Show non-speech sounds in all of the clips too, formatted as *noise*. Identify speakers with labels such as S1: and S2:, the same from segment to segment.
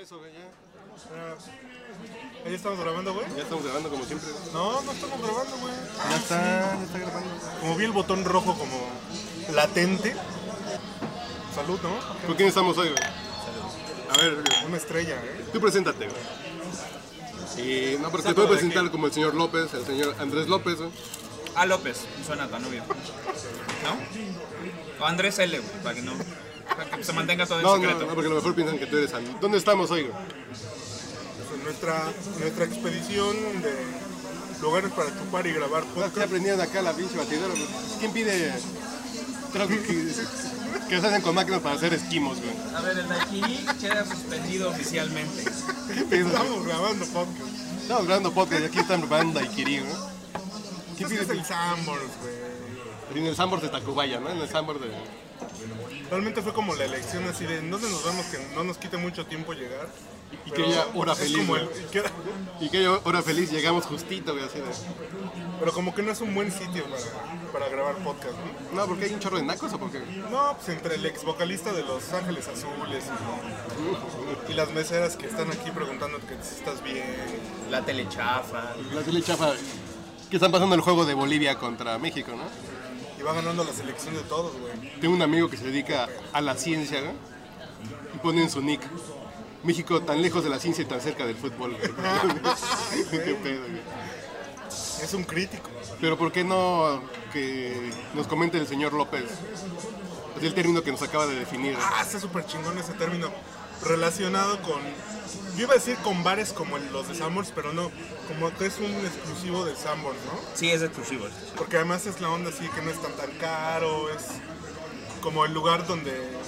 S1: Eso, güey, ya. Pero, Ahí estamos grabando, güey.
S2: Ya estamos grabando como siempre.
S1: No, no estamos grabando, güey.
S2: Ya está, ya está grabando.
S1: Como vi el botón rojo como latente. Salud, ¿no?
S2: ¿Con quién estamos hoy, güey? A ver, güey,
S1: Una estrella, ¿eh?
S2: tú preséntate, güey. Y no, porque te puedo presentar como el señor López, el señor Andrés López, güey.
S3: A Ah, López, suena tan obvio. ¿No? O Andrés L, güey, para que no. Para que se mantenga todo en
S2: No, no, no,
S3: secreto.
S2: porque a lo mejor piensan que tú eres Andrés. ¿Dónde estamos hoy, güey?
S1: En nuestra, nuestra expedición de lugares para chupar y grabar podcast.
S2: ¿Qué Pues aprendieron acá la pinche batidora, güey? ¿Quién pide troc- que, que se hacen con máquinas para hacer esquimos, güey?
S3: A ver, el Naikiri queda suspendido oficialmente.
S1: Estamos grabando podcast.
S2: Estamos grabando podcast y aquí están preparando daiquiri, güey.
S1: ¿Qué
S2: ¿Quién
S1: pides
S2: pide?
S1: Este el Sambors, güey?
S2: En el Sambor de Tacubaya, ¿no? En el Sambor de...
S1: Realmente fue como la elección así de ¿en dónde nos vamos que no nos quite mucho tiempo llegar?
S2: Y que haya hora
S1: Es
S2: feliz,
S1: como el-
S2: güey.
S1: y que hora-
S2: Y que hora feliz, llegamos justito, güey, así de...
S1: Pero como que no es un buen sitio para, para grabar podcast, ¿no?
S2: No, porque hay un chorro de nacos o por qué?
S1: No, pues entre el ex vocalista de Los Ángeles Azules y, y las meseras que están aquí preguntando que si estás bien.
S3: La telechafa.
S2: La tele chafa. Que están pasando el juego de Bolivia contra México, ¿no?
S1: Y va ganando la selección de todos, güey.
S2: Tengo un amigo que se dedica a la ciencia, ¿no? Y pone en su nick. México tan lejos de la ciencia y tan cerca del fútbol, *laughs* güey. Qué pedo, güey.
S1: Es un crítico.
S2: Pero ¿por qué no que nos comente el señor López? Es el término que nos acaba de definir.
S1: Ah, está súper chingón ese término. Relacionado con. Yo iba a decir con bares como el- los de Sanborns, pero no. Como que es un exclusivo de Sanborns, ¿no?
S3: Sí, es exclusivo.
S1: Porque además es la onda así que no es tan tan caro, es como el lugar donde. no,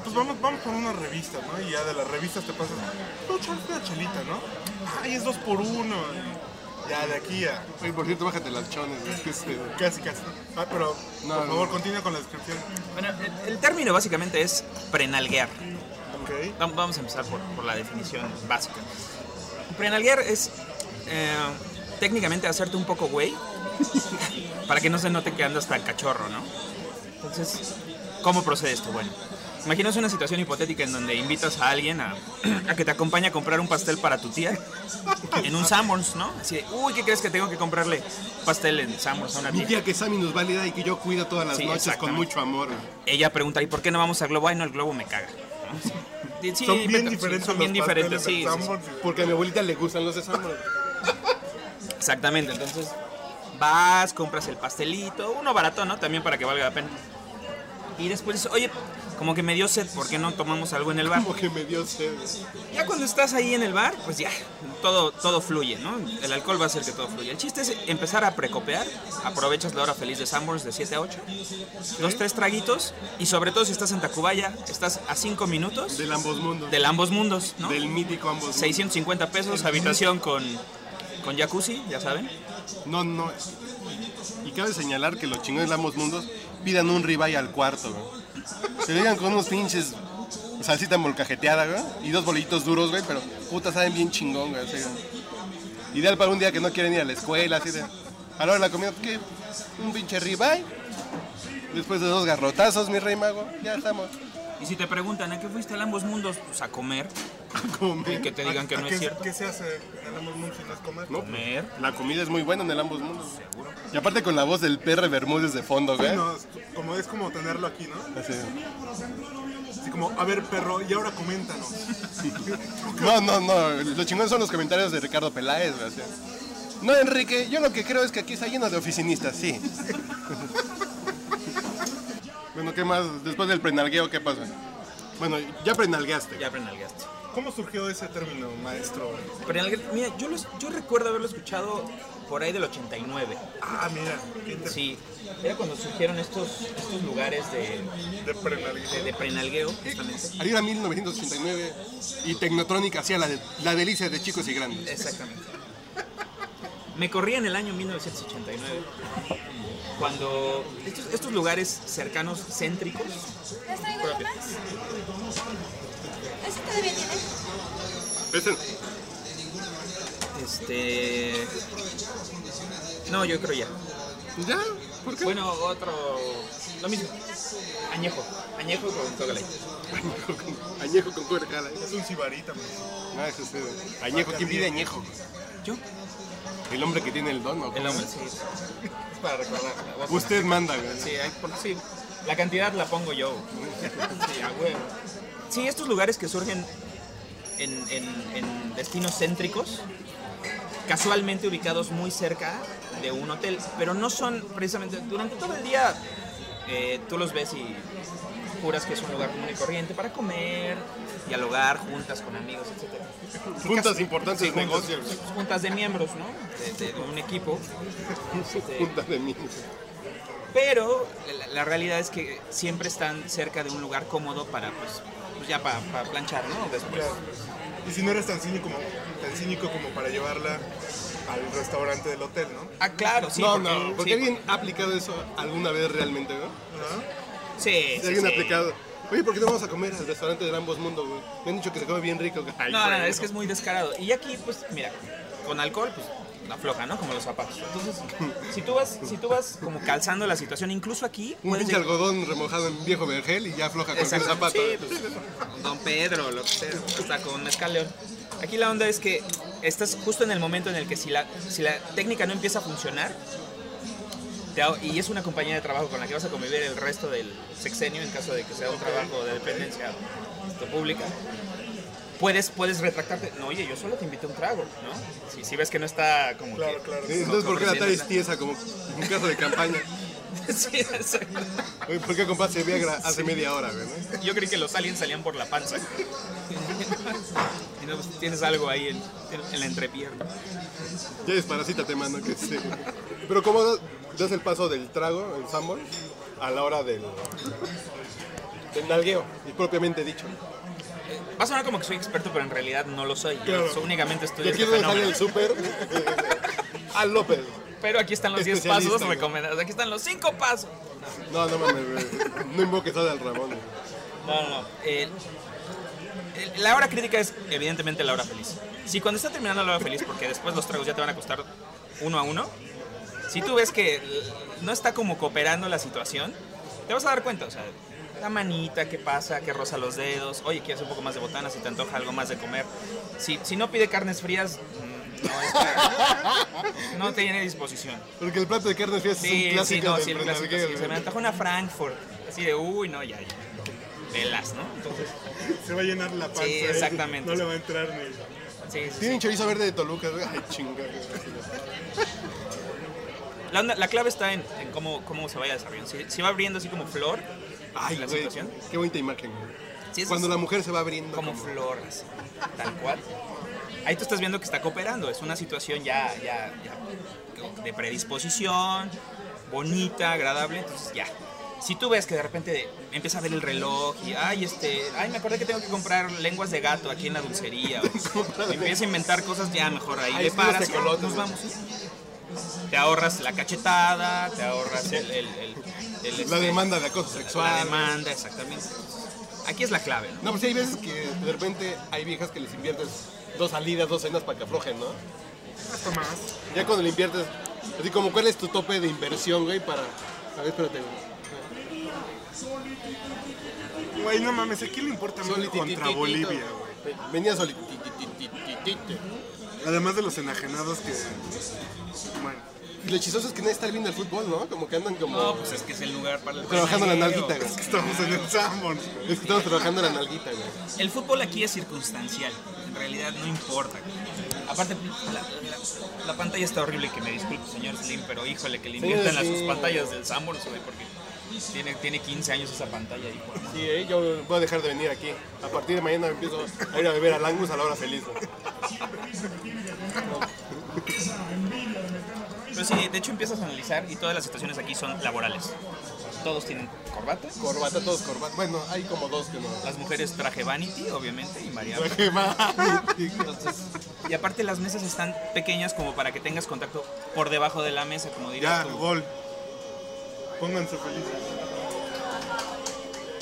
S1: Pues vamos, vamos por una revista, ¿no? Y ya de las revistas te pasas. No, chance una chelita, ¿no? Ay, es dos por uno. Ya de aquí a.
S2: Oye, por cierto, bájate las chones, güey. que este-
S1: Casi, casi. Ah, pero.
S2: No,
S1: por
S2: no,
S1: favor,
S2: no.
S1: continúa con la descripción.
S3: Bueno, el, el término básicamente es prenalguear.
S1: Ok.
S3: Vam- Vamos a empezar por, por la definición básica. Prenalguear es eh, técnicamente hacerte un poco güey *laughs* para que no se note que andas tan cachorro, ¿no? Entonces, ¿cómo procede esto? Bueno, imaginaos una situación hipotética en donde invitas a alguien a, *clears throat* a que te acompañe a comprar un pastel para tu tía en un Sanborns, ¿no? Así de, uy, ¿qué crees que tengo que comprarle pastel en Sanborns a una
S2: Mi
S3: tía?
S2: tía que es minusválida y que yo cuido todas las
S3: Sí,
S2: noches con
S3: exactamente.
S2: mucho amor. güey.
S3: Ella pregunta, ¿y por qué no vamos al globo? Ay, no, el globo me caga. ¿no? Sí, sí,
S1: son bien
S3: vete- sí,
S1: diferentes.
S3: Son bien
S1: los
S3: diferentes,
S1: pasteles del
S3: sí, sí, sí.
S1: Sanborns y del
S2: Porque a mi abuelita le gustan los de Sambor.
S3: Exactamente, entonces vas, compras el pastelito, uno barato, ¿no? También para que valga la pena. Y después dices, oye, como que me dio sed, ¿por qué no tomamos algo en el bar?
S2: Como que me dio sed.
S3: Ya cuando estás ahí en el bar, pues ya, todo, todo fluye, ¿no? El alcohol va a hacer que todo fluya. El chiste es empezar a precopear, aprovechas la hora feliz de Sanborns de 7 a 8, dos, tres traguitos, y sobre todo si estás en Tacubaya, estás a 5 minutos
S2: Del ambos mundos.
S3: del ambos mundos, ¿no?
S2: Del mítico ambos mundos.
S3: 650 pesos, habitación con, con jacuzzi, ya saben.
S2: No, no. Y cabe señalar que los chingones de ambos mundos pidan un ribeye al cuarto, güey. Se llegan con unos pinches salsita molcajeteada, güey. Y dos bolillitos duros, güey, pero puta saben bien chingón, güey. así, güey. Ideal para un día que no quieren ir a la escuela, así de. A la hora de la comida, ¿qué? Un pinche ribeye. Después de dos garrotazos, mi rey mago, ya estamos. *laughs*
S3: Y si te preguntan a qué fuiste al ambos mundos, pues a comer, y
S2: Comer.
S3: que te digan que
S1: ¿A
S3: no
S1: qué-
S3: es cierto. pues,
S1: ¿Qué se hace en el amor mundo si no es comer?
S2: No,
S3: Comer,
S2: La comida es muy buena en el ambos mundos. Y aparte con la voz del perro Bermúdez de fondo, güey.
S1: No, es como, es como tenerlo aquí, ¿no?
S2: Así.
S1: Así como, a ver, perro, y ahora coméntanos.
S2: No, no, no. Los chingones son los comentarios de Ricardo Peláez, güey. así. No, Enrique, yo lo que creo es que aquí está lleno de oficinistas,
S3: *laughs*
S2: sí. bueno, ¿qué más? Después del prenalgueo, ¿qué pasa? Bueno, ya prenalgueaste.
S3: ya prenalgaste.
S1: ¿Cómo surgió ese término, maestro?
S3: Prenalgaste, mira, yo, los- yo recuerdo haberlo escuchado por ahí del 89.
S1: Ah, mira, qué inter-
S3: Sí, era cuando surgieron estos, estos lugares de,
S1: de prenalguito.
S3: de, de prenalgueo, justamente.
S2: Ahí era 1989 y Tecnotronic hacía la, de- la delicia de chicos y grandes.
S3: Exactamente. Me corría en el año 1989, cuando estos, estos lugares cercanos, céntricos,
S4: ¿Les traigo algo más? ¿Eso todavía tiene?
S2: Ese-
S3: este... No, yo creo ya.
S2: ¿Ya? ¿Por qué?
S3: Bueno, otro... Lo mismo. Añejo. Añejo con Togale. *laughs*
S2: Añejo con cuercala.
S1: Es un cibarita, man.
S2: No, eso es eh, Añejo, ¿quién pide añejo?
S3: Yo.
S2: El hombre que tiene el don, ¿o cómo?
S3: El hombre, sí.
S1: Es para recordar.
S2: Usted manda, güey.
S3: Sí, hay- por- sí. La cantidad la pongo yo. Sí, a huevo. Sí, estos lugares que surgen en, en- en destinos céntricos, casualmente ubicados muy cerca de un hotel, pero no son precisamente. Durante todo el día eh, tú los ves y juras que es un lugar común y corriente para comer, dialogar, juntas con amigos, etcétera
S2: Juntas importantes
S3: Sí,
S2: del
S3: juntas,
S2: negocio. güey.
S3: juntas de miembros, ¿no? De, de- de un equipo. Este,
S2: Juntas de mí.
S3: pero la, la realidad es que siempre están cerca de un lugar cómodo para, pues, pues ya para, planchar, ¿no? Después.
S1: Claro. Y si no eres tan cínico, como, tan cínico como para llevarla al restaurante del hotel, ¿no?
S3: Ah, claro, sí.
S2: no,
S3: porque-
S2: no, porque
S3: sí,
S2: alguien ha aplicado eso alguna vez realmente, güey.
S1: Ajá.
S3: Sí, sí,
S2: Si alguien ha
S3: sí.
S2: aplicado. Oye, ¿por qué no vamos a comer al restaurante de ambos mundos, güey? Me han dicho que se come bien rico. Ay,
S3: No, no,
S2: güey,
S3: es que es muy descarado. Y aquí, pues, mira, con alcohol, pues, afloja, ¿no? Como los zapatos. Entonces, si tú vas, si tú vas como calzando la situación, incluso aquí,
S2: Un
S3: puedes
S2: pinche
S3: llegar-
S2: algodón remojado en viejo vergel y ya afloja cualquier
S3: Exacto.
S2: zapato.
S3: Sí, pues, con Don Pedro, lo que sea, hasta con escalón. Aquí la onda es que estás justo en el momento en el que si la, si la técnica no empieza a funcionar, te au- y es una compañía de trabajo con la que vas a convivir el resto del sexenio en caso de que sea un trabajo de dependencia esto, pública, puedes, puedes retractarte. No, oye, yo solo te invito a un trago, ¿no? Si, si ves que no está como
S1: Claro,
S3: que-
S1: claro.
S2: Sí, Eh, Entonces, ¿por qué la traes tiesa como en casa de campaña?
S3: *laughs* Sí, exacto.
S2: Oye, ¿por qué compraste Viagra hace media hora, güey? no?
S3: Yo creí que los aliens salían por la panza. y no, pues, tienes algo ahí en, en la entrepierna.
S2: Ya es parasita, te mando que sí. Pero ¿cómo das- das el paso del trago, el sambor, a la hora del, del nalgueo, y propiamente dicho?
S3: Va a sonar como que soy experto, pero en realidad no lo soy. Yo
S2: Claro.
S3: so- únicamente
S2: Y
S3: estudio
S2: aquí
S3: este
S2: es donde sale
S3: fenómeno.
S2: el súper.
S3: *laughs*
S2: *laughs* Al López.
S3: Pero aquí están los 10
S2: especialista,
S3: pasos
S2: güey.
S3: recomendados. Aquí están los 5 pasos.
S2: No, no mames, güey. No invoques al Ramón. güey.
S3: No, no, no. Eh, el- la hora crítica es evidentemente la hora feliz. Si cuando está terminando la hora feliz, porque después los tragos ya te van a costar uno a uno, si tú ves que l- no está como cooperando la situación, te vas a dar cuenta, o sea, la manita, qué pasa, que roza los dedos, oye, quieres un poco más de botana, si te antoja algo más de comer. Si, si no pide carnes frías, mm, no, es que no tiene disposición.
S2: Porque el plato de carne frías es
S3: Sí,
S2: un
S3: sí,
S2: clásico
S3: no,
S2: del
S3: sí, el clásico,
S2: prenalgueo,
S3: sí.
S2: güey.
S3: Se me antojó una Frankfurt. Así de, uy, no, ya, ya. Velas, ¿no? Entonces,
S1: Se va a llenar la panza.
S3: Sí,
S1: ¿eh?
S3: exactamente.
S1: No le va a entrar ni.
S3: sí, sí,
S2: Tienen
S3: sí.
S2: chorizo verde de Toluca, güey. Ay, chingada.
S3: La, onda- la clave está en, en cómo, cómo se vaya desarrollando. Si, si va abriendo así como flor,
S2: Ay,
S3: la
S2: güey.
S3: situación.
S2: Qué bonita imagen, güey.
S3: Sí, es
S2: Cuando
S3: así,
S2: la mujer se va abriendo.
S3: como flor, así, tal cual. Ahí tú estás viendo que está cooperando. Es una situación ya, ya, ya de predisposición, bonita, agradable. Entonces, ya. Si tú ves que de repente empieza a ver el reloj y, ay, este, ay, me acordé que tengo que comprar lenguas de gato aquí en la dulcería.
S2: *laughs*
S3: O, empieza a inventar cosas, ya mejor ahí,
S2: Ahí
S3: le
S2: están los
S3: paras. y
S2: tecolotes,
S3: Nos
S2: ¿no?
S3: vamos. Te ahorras la cachetada, te ahorras el. el, el- el,
S2: La
S3: este,
S2: demanda de acoso sexual.
S3: La demanda, exactamente. Aquí es la clave, ¿no?
S2: No, pues sí, hay veces que de repente hay viejas que les inviertes dos salidas, dos cenas para que aflojen, ¿no?
S1: Hasta más.
S2: Ya cuando le inviertes, así como cuál es tu tope de inversión, güey, para... A ver, espérate, güey.
S1: Güey, no mames, ¿a quién le importa más contra
S2: Solitititito.
S1: Bolivia, güey?
S2: Venía solitititititito.
S1: Además de los enajenados que. Bueno,
S2: Y lo chistoso es que nadie está viendo el fútbol, ¿no? Como que andan como...
S3: No, pues es que es el lugar para el
S2: Trabajando la
S3: prenalgueo.
S2: nalguita, güey.
S1: estamos en el Sambon. güey.
S2: Es que estamos trabajando la nalguita, güey.
S3: El fútbol aquí es circunstancial. En realidad no importa. Aparte, la, la- la pantalla está horrible. Que me disculpe, señor Slim, pero híjole, que le
S2: Sí,
S3: inviertan a
S2: sí.
S3: sus pantallas del Sambor, güey, porque tiene, tiene 15 años esa pantalla ahí. güey.
S2: Sí, eh, yo voy a dejar de venir aquí. A partir de mañana empiezo a ir a beber al Angus a la hora feliz, güey.
S3: Pero sí, de hecho empiezas a analizar y todas las situaciones aquí son laborales. Todos tienen corbata.
S2: Corbata, todos corbata. Bueno, hay como dos *laughs* que no.
S3: Las mujeres traje vanity, obviamente, y María.
S2: Qué mal.
S3: Entonces, y aparte las mesas están pequeñas como para que tengas contacto por debajo de la mesa, como dirías
S1: Ya,
S3: tú.
S1: gol. Pónganse felices.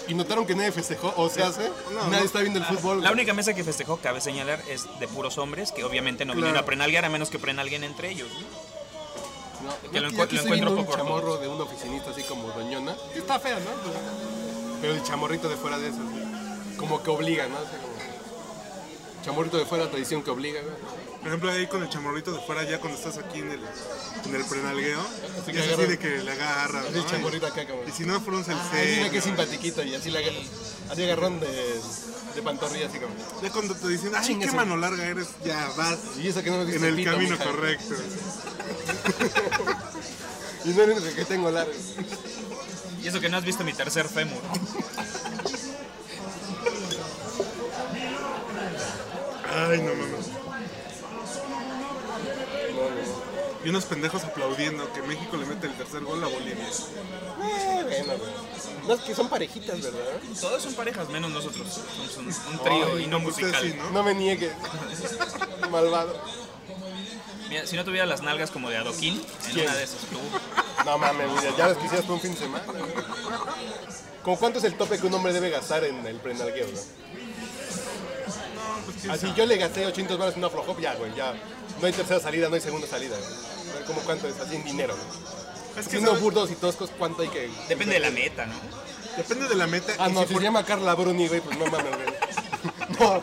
S2: ¿Y notaron que nadie festejó? ¿O se hace?
S1: No,
S2: nadie
S1: no.
S2: está viendo el fútbol.
S3: La
S2: güey.
S3: única mesa que festejó, cabe señalar, es de puros hombres que obviamente no vinieron
S1: Claro.
S3: a prenalguear a menos que prenalguen entre ellos. ¿no?
S2: No,
S3: Que lo
S2: yo- yo
S3: encuent-
S2: aquí
S3: lo
S2: estoy viendo
S3: encuentro
S2: un
S3: poco
S2: chamorro de un oficinista así como doñona. Que está fea, ¿no? Pues, Pero- Pero el chamorrito de fuera de eso. así, Como que obliga, ¿no? O sea, como- Chamorrito de fuera, tradición que obliga, güey.
S1: Por ejemplo, ahí con el chamorrito de fuera, ya cuando estás aquí en el, en el prenalgueo,
S2: Así que
S1: es así
S2: agarra-
S1: de que le agarras,
S2: Así
S1: ¿no?
S2: el chamorrito acá, como-
S1: Y si no, frunce el
S2: Ay, Ah, mira que
S1: ceño.
S2: simpatiquito y así la así agarrón de, de pantorrilla así como.
S1: Ya cuando te dicen, ay, qué
S2: Chingues.
S1: mano larga eres, ya vas
S2: Y eso que no me dice
S1: en el
S2: pito,
S1: camino
S2: mija.
S1: correcto.
S2: Y no es lo único que tengo largo.
S3: Y eso que no has visto mi tercer fémur.
S1: Ay, no mames. Y unos pendejos aplaudiendo que México le mete el tercer gol a Bolivia.
S2: Eh, bueno, güey. No, es que son parejitas, ¿verdad?
S3: Todos son parejas, menos nosotros. Somos un, un trío y no
S1: Usted
S3: musical.
S1: sí, ¿no?
S2: No me niegues. Malvado.
S3: Mira, si no tuviera las nalgas como de adoquín, en
S2: ¿Quién?
S3: una de esas tú.
S2: No mames, mira, ya las quisieras por un fin de semana. güey. ¿Cómo cuánto es el tope que un hombre debe gastar en el prenalgueo, güey?
S1: Pues,
S2: Así Ah, yo le gasté 800 baros en una flojop, ya, güey, ya. No hay tercera salida, no hay segunda salida, güey. A ver, ¿Cómo cuánto es? Así en dinero, güey.
S1: Es que
S2: Siendo
S1: ¿sabes?
S2: burdos y toscos, ¿cuánto hay que...?
S3: Depende de la meta, ¿no?
S1: depende de la meta.
S2: Ah,
S1: y
S2: no,
S1: si
S2: si
S1: por-
S2: se llama Carla Bruni, güey, pues no mames, güey. *laughs* No,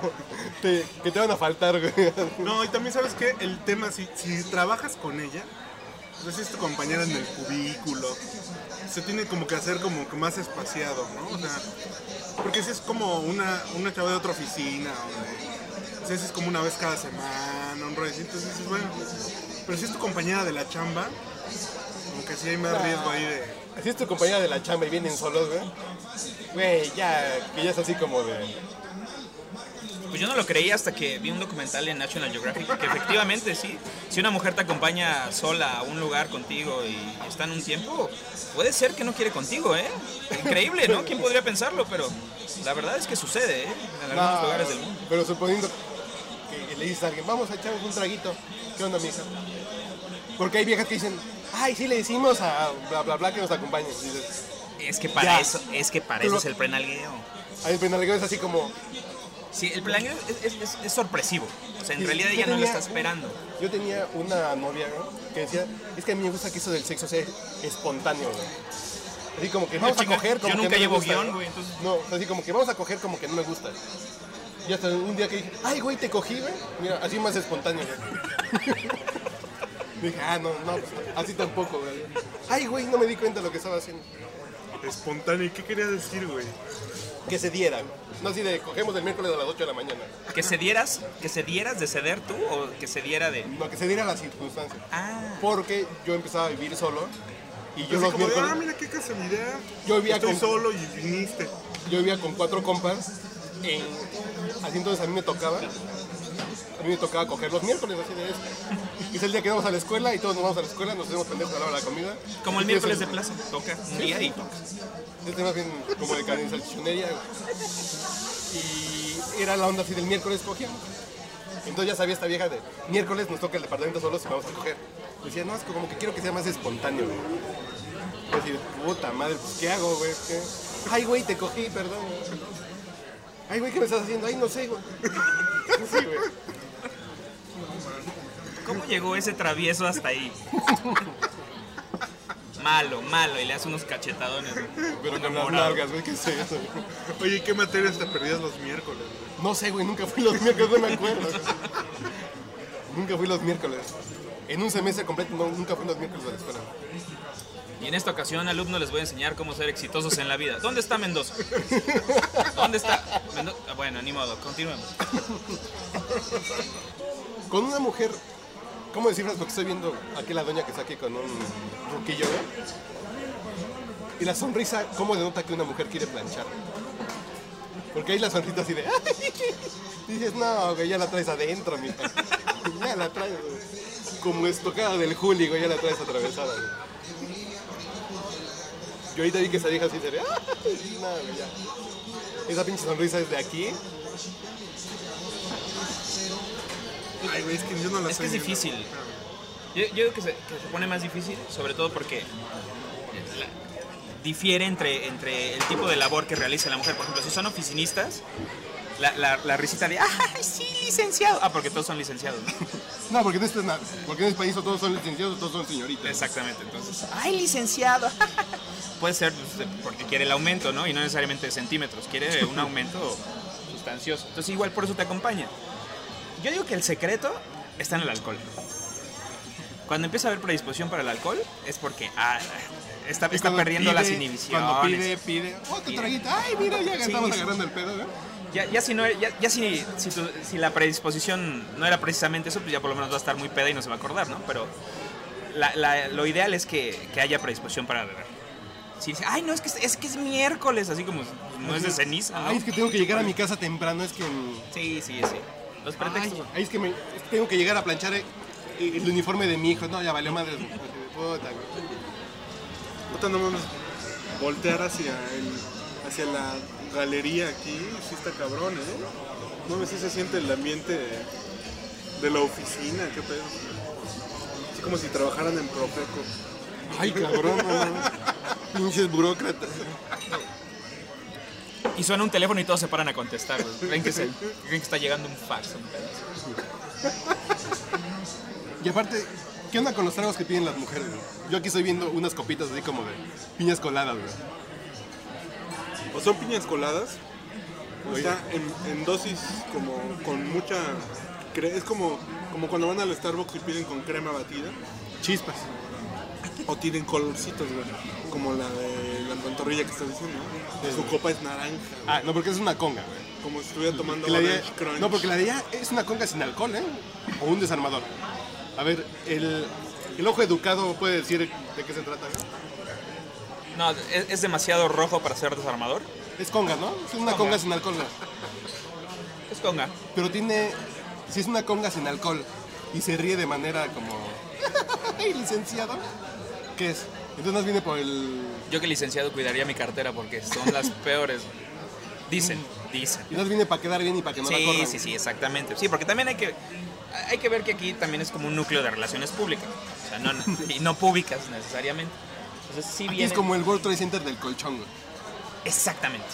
S2: te- que te van a faltar, güey.
S1: No, y también sabes que el tema, si, si trabajas con ella, o sea, si es tu compañera en el cubículo, se tiene como que hacer como que más espaciado, ¿no? O sea, porque si es como una, una chava de otra oficina, o de- o sea, si es como una vez cada semana, un rollo así, entonces dices, bueno, pero si es tu compañera de la chamba, como que sí hay más riesgo ahí de...
S2: Así es tu compañera de la chamba y vienen solos, güey. Güey, ya, que ya es así como de.
S3: Pues yo no lo creí hasta que vi un documental en National Geographic que efectivamente sí, si una mujer te acompaña sola a un lugar contigo y están un tiempo, puede ser que no quiere contigo, ¿eh? Increíble, ¿no? ¿Quién podría pensarlo? Pero la verdad es que sucede, ¿eh? En algunos
S2: No,
S3: lugares del mundo.
S2: Pero suponiendo que le dices a alguien, vamos a echarnos un traguito. ¿Qué onda, mija? Porque hay viejas que dicen, ay, sí, le decimos a bla, bla, bla que nos acompañe. Y dices,
S3: Es que para
S2: Ya.
S3: eso, es que para
S2: Pero-
S3: eso es el prenalgueo.
S2: Ahí el penalgueo es pues, así como,
S3: Sí, el prenalgueo es, es- es- es sorpresivo. O sea, en
S2: Sí,
S3: realidad
S2: yo
S3: ella no lo
S2: tenía-
S3: está esperando.
S2: yo tenía una novia, ¿no? Que decía, es que a mí me gusta que eso del sexo sea espontáneo, ¿no? Así como que vamos a
S3: chinga,
S2: coger
S3: yo
S2: como que
S3: nunca
S2: no me
S3: llevo
S2: gusta,
S3: guión,
S2: ¿no?
S3: güey, entonces-
S2: No, así como que vamos a coger como que no me gusta. Y hasta un día que dije, ay, güey, te cogí, güey. Mira, así más espontáneo, güey. *laughs* dije, ah, no, no, pues, así tampoco, güey. Ay, güey, no me di cuenta de lo que estaba haciendo.
S1: Espontáneo, ¿y qué quería decir, güey?
S2: Que se diera, güey. No así de, cogemos el miércoles a las 8 de la mañana.
S3: Que se dieras, que se dieras de ceder tú o que se diera de...
S2: No, que se diera la circunstancia.
S3: Ah,
S2: Porque yo empezaba a vivir solo. Y yo
S1: Así
S2: los
S1: como de,
S2: miércoles...
S1: ah, mira qué casualidad,
S2: Yo vivía
S1: estoy
S2: con-
S1: solo y viniste.
S2: yo vivía con cuatro compas en- así entonces a mí me tocaba a mí me tocaba coger los miércoles así de esto y es el día que vamos a la escuela y todos nos vamos a la escuela nos hacemos pendejos a la hora de la comida
S3: como el
S2: Y es
S3: miércoles de plaza, toca un día y toca.
S2: este más bien como de carne salchichonería. Y era la onda así del miércoles cogíamos. Entonces ya sabía esta vieja de miércoles nos toca el departamento solos y vamos a coger. Decía, no, es como que quiero que sea más espontáneo, güey. Yo Decir, puta madre, pues ¿qué hago, güey? ¿Qué? Ay, güey, te cogí, perdón. güey. Ay, güey, ¿qué me estás haciendo? Ay, no sé, güey. *laughs* No sé, güey.
S3: ¿Cómo llegó ese travieso hasta ahí? Malo, malo, y le hace unos cachetadones.
S2: Pero con las
S3: Enamorado.
S2: largas, güey, ¿qué es eso? güey?
S1: Oye, ¿qué materias te perdías los miércoles? güey?
S2: No sé, güey, nunca fui los miércoles, no me acuerdo. nunca fui los miércoles. En un semestre completo no, nunca fui los miércoles a la escuela.
S3: Y en esta ocasión, alumnos, les voy a enseñar cómo ser exitosos en la vida. ¿Dónde está Mendoza? ¿Dónde está Mendoza? Bueno, ni modo, continuemos.
S2: Con una mujer, ¿cómo descifras lo que estoy viendo? Aquí la doña que está aquí con un ruquillo, güey. Y la sonrisa, ¿cómo denota que una mujer quiere planchar? Porque hay la sonrisa así de... y dices, no, güey, ya la traes adentro, mija. Ya la traes, güey. Como estocada del Juli, güey, ya la traes atravesada, güey. Yo ahorita vi que esa vieja así se ve... No, güey, ya. Esa pinche sonrisa es de aquí.
S1: Ay, güey, es que yo no la
S3: Es que es
S1: estoy viendo.
S3: difícil. Yo, yo creo que se, que se pone más difícil, sobre todo porque la- difiere entre, entre el tipo de labor que realiza la mujer. Por ejemplo, si son oficinistas, la, la, la risita de, ¡ay, sí, licenciado! Ah, porque todos son licenciados, ¿no?
S2: No, porque en este, na- porque en este país o todos son licenciados o todos son señoritas.
S3: Exactamente, entonces, ¡ay, licenciado! *laughs* Puede ser pues, de- porque quiere el aumento, ¿no? Y no necesariamente de centímetros, quiere un aumento *laughs* sustancioso. Entonces, igual por eso te acompaña. Yo digo que el secreto está en el alcohol. Cuando empieza a haber predisposición para el alcohol, es porque ah, está,
S2: Y
S3: está
S2: cuando
S3: perdiendo
S2: pide-
S3: las inhibiciones.
S2: Cuando pide, pide. ¡Otra
S3: Pide.
S2: traguita! ¡Ay, mira, ya
S3: Sí,
S2: estamos
S3: sí.
S2: agarrando el pedo, ¿eh? ¿no?
S3: Ya, ya si, no, ya, ya si, si, tu- si la predisposición no era precisamente eso, pues ya por lo menos va a estar muy peda y no se va a acordar, ¿no? Pero la- la- lo ideal es que, que haya predisposición para beber. Si dice, ay, no, es que es, es que es miércoles, así como no es de ceniza, ¿no?
S2: Ay, es que tengo que llegar a mi casa temprano, es que...
S3: Sí, sí, sí. Los pretextos.
S2: Ay, es que me- es que tengo que llegar a planchar el, el uniforme de mi hijo. No, ya valió madre. Puta, güey.
S4: Puta, no mames. Voltear hacia, el, hacia la galería aquí, sí está cabrón, ¿eh? No mames, sí se siente el ambiente de, de la oficina, qué pedo. Así como si trabajaran en Profeco.
S2: Ay, cabrón, no, mames. Pinches burócratas.
S3: Y suena un teléfono y todos se paran a contestar. güey. Creen que, se- creen que está llegando un fax. un pedazo.
S2: Y aparte, ¿qué onda con los tragos que piden las mujeres? güey? Yo aquí estoy viendo unas copitas así como de piñas coladas, güey.
S4: O son piñas coladas, o está en, en dosis como con mucha... cre- Es como, como cuando van al Starbucks y piden con crema batida.
S2: Chispas.
S4: O tienen colorcitos, güey. Como la de la pantorrilla que estás diciendo, ¿no? Su copa es naranja, güey.
S2: Ah, no, porque es una conga, güey.
S4: Como si estuviera tomando
S2: Que la
S4: Orange
S2: idea-
S4: Crunch.
S2: no, porque la de ella es una conga sin alcohol, ¿eh? O un desarmador. A ver, el, el ojo educado puede decir de qué se trata. ¿eh?
S3: No, es, es demasiado rojo para ser desarmador.
S2: Es conga, ¿no? Es una conga sin alcohol. ¿no?
S3: Es conga.
S2: Pero tiene... Si es una conga sin alcohol y se ríe de manera como... *laughs* ¡Ay, licenciado! ¿Qué es? Entonces más viene por el...
S3: Yo que licenciado cuidaría mi cartera porque son las *laughs* peores. Mm. güey. Dicen, dicen.
S2: Y más viene para quedar bien y para que no la
S3: Sí,
S2: corran.
S3: sí, sí, exactamente. Sí, porque también hay que, hay que ver que aquí también es como un núcleo de relaciones públicas. O
S2: *laughs*
S3: sea, no, y no públicas necesariamente. Entonces sí
S2: Aquí es
S3: viene...
S2: como el World Trade Center del colchón, güey.
S3: Exactamente.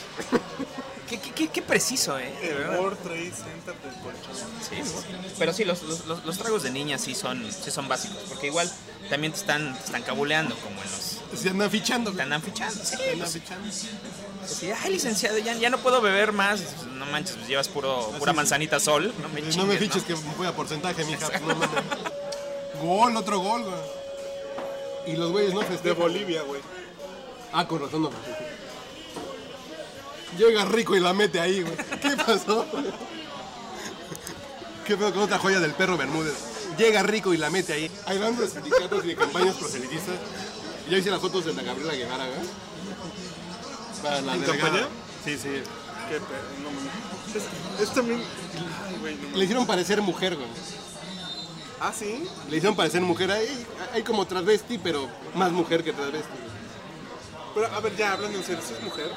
S2: *laughs*
S3: qué, qué- qué- qué preciso, ¿eh? De
S4: El
S3: verdad.
S4: World Trade Center del colchón.
S3: Sí, bueno. pero sí, los, los- los- los tragos de niña sí son, sí son básicos. Porque igual también te están, te están cabuleando como en los...
S2: Se andan fichando,
S3: Te
S2: güey.
S3: andan fichando. Sí,
S2: Se
S3: pues,
S2: andan fichando.
S3: Así, ay, licenciado, ya, ya no puedo beber más. No manches, pues, llevas puro, pura
S2: Ah, sí.
S3: manzanita sol. No me,
S2: no me
S3: chingues,
S2: fiches
S3: ¿no?
S2: que voy a porcentaje, mija. pues No, mames. gol, otro gol, güey. Y los güeyes no
S4: De
S2: festejan.
S4: Bolivia, güey.
S2: Ah, con razón no festejan. Llega rico y la mete ahí, güey. ¿Qué pasó? ¿Qué pedo con otra joya del perro Bermúdez? Llega rico y la mete ahí. Hablando de sindicatos y de campañas proselitistas, yo hice las fotos de la Gabriela Guevara, güey. Para la
S4: ¿En
S2: delegada.
S4: campaña?
S2: Sí, sí.
S4: Qué pedo, no mames. Es, es también. Ay, güey, no
S2: Le
S4: mames.
S2: hicieron parecer mujer, güey.
S4: Ah, sí.
S2: Le hicieron parecer mujer. Hay, hay como travesti, pero más mujer que travesti.
S4: Pero a ver, ya hablando en serio, ¿sí es mujer?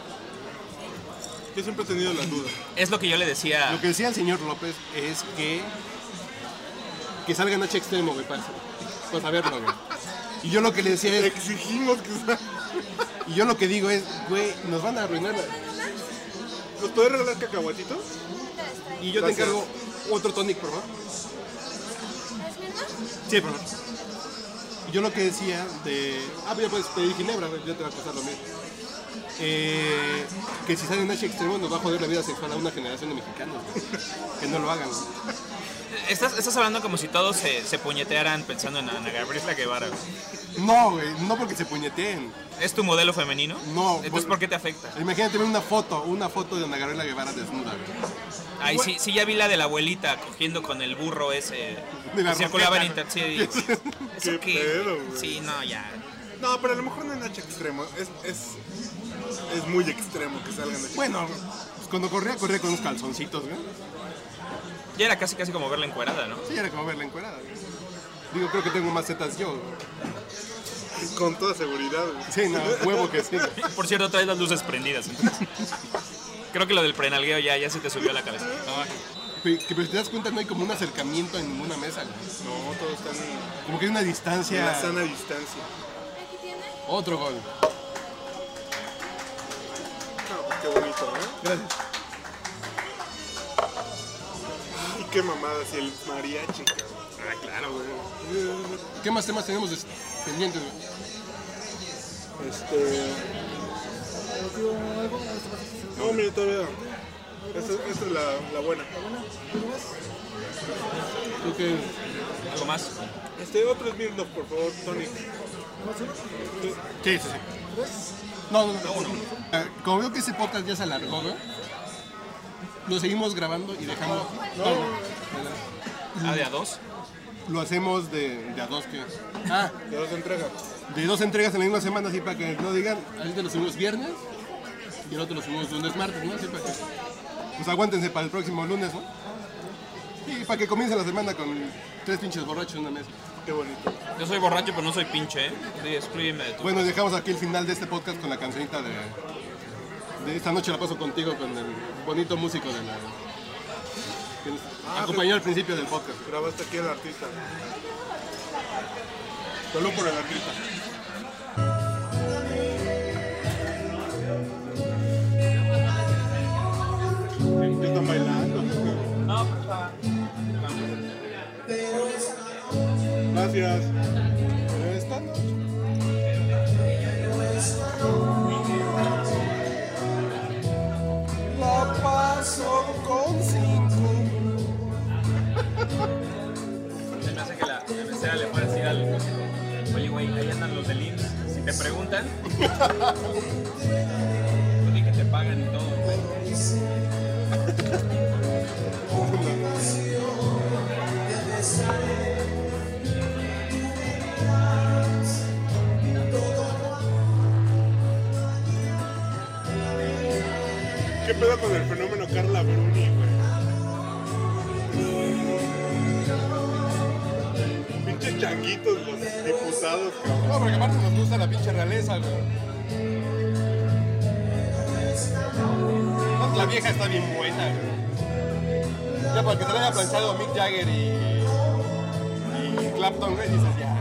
S4: Yo siempre he tenido la duda.
S3: Es lo que yo le decía.
S2: Lo que decía el señor López es que. Que salga en H extremo, Pues, güey, para, para saberlo, güey. Y yo lo que le decía es.
S4: Exigimos que sea-
S2: Y yo lo que digo es, güey, nos van a arruinar. la-
S4: ¿Nos puedes regalar cacahuatitos?
S2: Y yo
S4: Gracias.
S2: te encargo otro tonic, por favor. Sí, por favor. Y yo lo que decía de. Ah, pero ya puedes pedir ginebra, güey, ya te va a costar lo mismo. Eh, que si sale en H extremo nos va a joder la vida sexual a una generación de mexicanos. güey. Que no lo hagan. güey.
S3: Estás, estás hablando como si todos se, se puñetearan pensando en Ana Gabriela Guevara. güey.
S2: No, güey, no porque se puñeteen.
S3: ¿Es tu modelo femenino?
S2: No,
S3: Entonces,
S2: vol-
S3: ¿por qué te afecta?
S2: Imagínate ver una foto, una foto de Ana Gabriela Guevara desnuda, güey.
S3: Ay, sí, sí, ya vi la de la abuelita cogiendo con el burro ese.
S2: De la
S3: que circulaba en
S2: roqueta,
S3: internet. Sí, sí. ¿Eso
S4: Qué pedo, güey.
S3: Sí, no, ya.
S4: No, pero a lo mejor no en H extremo. Es, es, es muy extremo que salgan de
S2: *laughs* Bueno, pues cuando corría, corría con unos calzoncitos, güey.
S3: Ya era casi casi como verla encuerada, ¿no?
S2: Sí, era como verla encuerada, güey. Digo, creo que tengo más tetas yo, güey.
S4: Con toda seguridad, güey.
S2: Sí,
S4: *laughs*
S2: no, huevo que sí. güey.
S3: Por cierto, traes las luces prendidas. entonces. Creo que lo del prenalgueo ya, ya se te subió a la cabeza.
S2: Pero, que, pero si te das cuenta, no hay como un acercamiento en ninguna mesa, güey.
S4: No, todos están en
S2: Como que hay una distancia.
S4: la sana distancia.
S2: Otro gol.
S4: No, qué bonito, ¿eh?
S2: Gracias.
S1: qué mamadas. Y el mariachi, cabrón. Ah, claro, güey.
S2: ¿Qué más temas tenemos des- pendientes, güey?
S1: Este. No, mira, todavía. Esta, esta es la, la buena.
S2: Creo que
S3: Algo más.
S1: Este, otro es Birlof, por favor, Tony.
S2: Sí, sí, sí. No, no, no. uno. Eh, Como veo que ese podcast ya se alargó, ¿no? Lo seguimos grabando y dejamos. todo.
S3: Ah, de a dos.
S2: Lo hacemos de, de a dos que. Ah,
S1: De dos entregas.
S2: de dos entregas en la misma semana, así para que no digan, ahorita lo subimos viernes y el otro lo subimos lunes, martes, ¿no? Así para que. Pues aguántense para el próximo lunes, ¿no? Y para que comience la semana con tres pinches borrachos en una mesa.
S1: Qué bonito.
S3: Yo soy borracho, pero no soy pinche, ¿eh? Sí, exclúyeme de tu.
S2: Bueno, dejamos aquí el final de este podcast con la cancionita de, de esta noche la paso contigo con el bonito músico de la que nos acompañó al principio del podcast.
S1: Grabaste aquí al artista. Salud por el artista. ¿Qué Están bailando.
S3: No, pero está.
S1: Gracias. Pero esta noche-
S4: La paso con cinco.
S3: Se me hace que la la mesera le puede decir al músico. Oye, güey, ahí andan los del IMSS. Si te preguntan. *laughs* pues di que te pagan y todo, güey.
S1: ¿Qué pedo con el fenómeno Carla Bruni, güey? Pinches changuitos, los diputados, cabrón.
S2: No, porque aparte nos gusta la pinche realeza, güey. Además, La vieja está bien buena, güey. Ya para que se la haya planchado Mick Jagger y, y Clapton, güey, dices ya.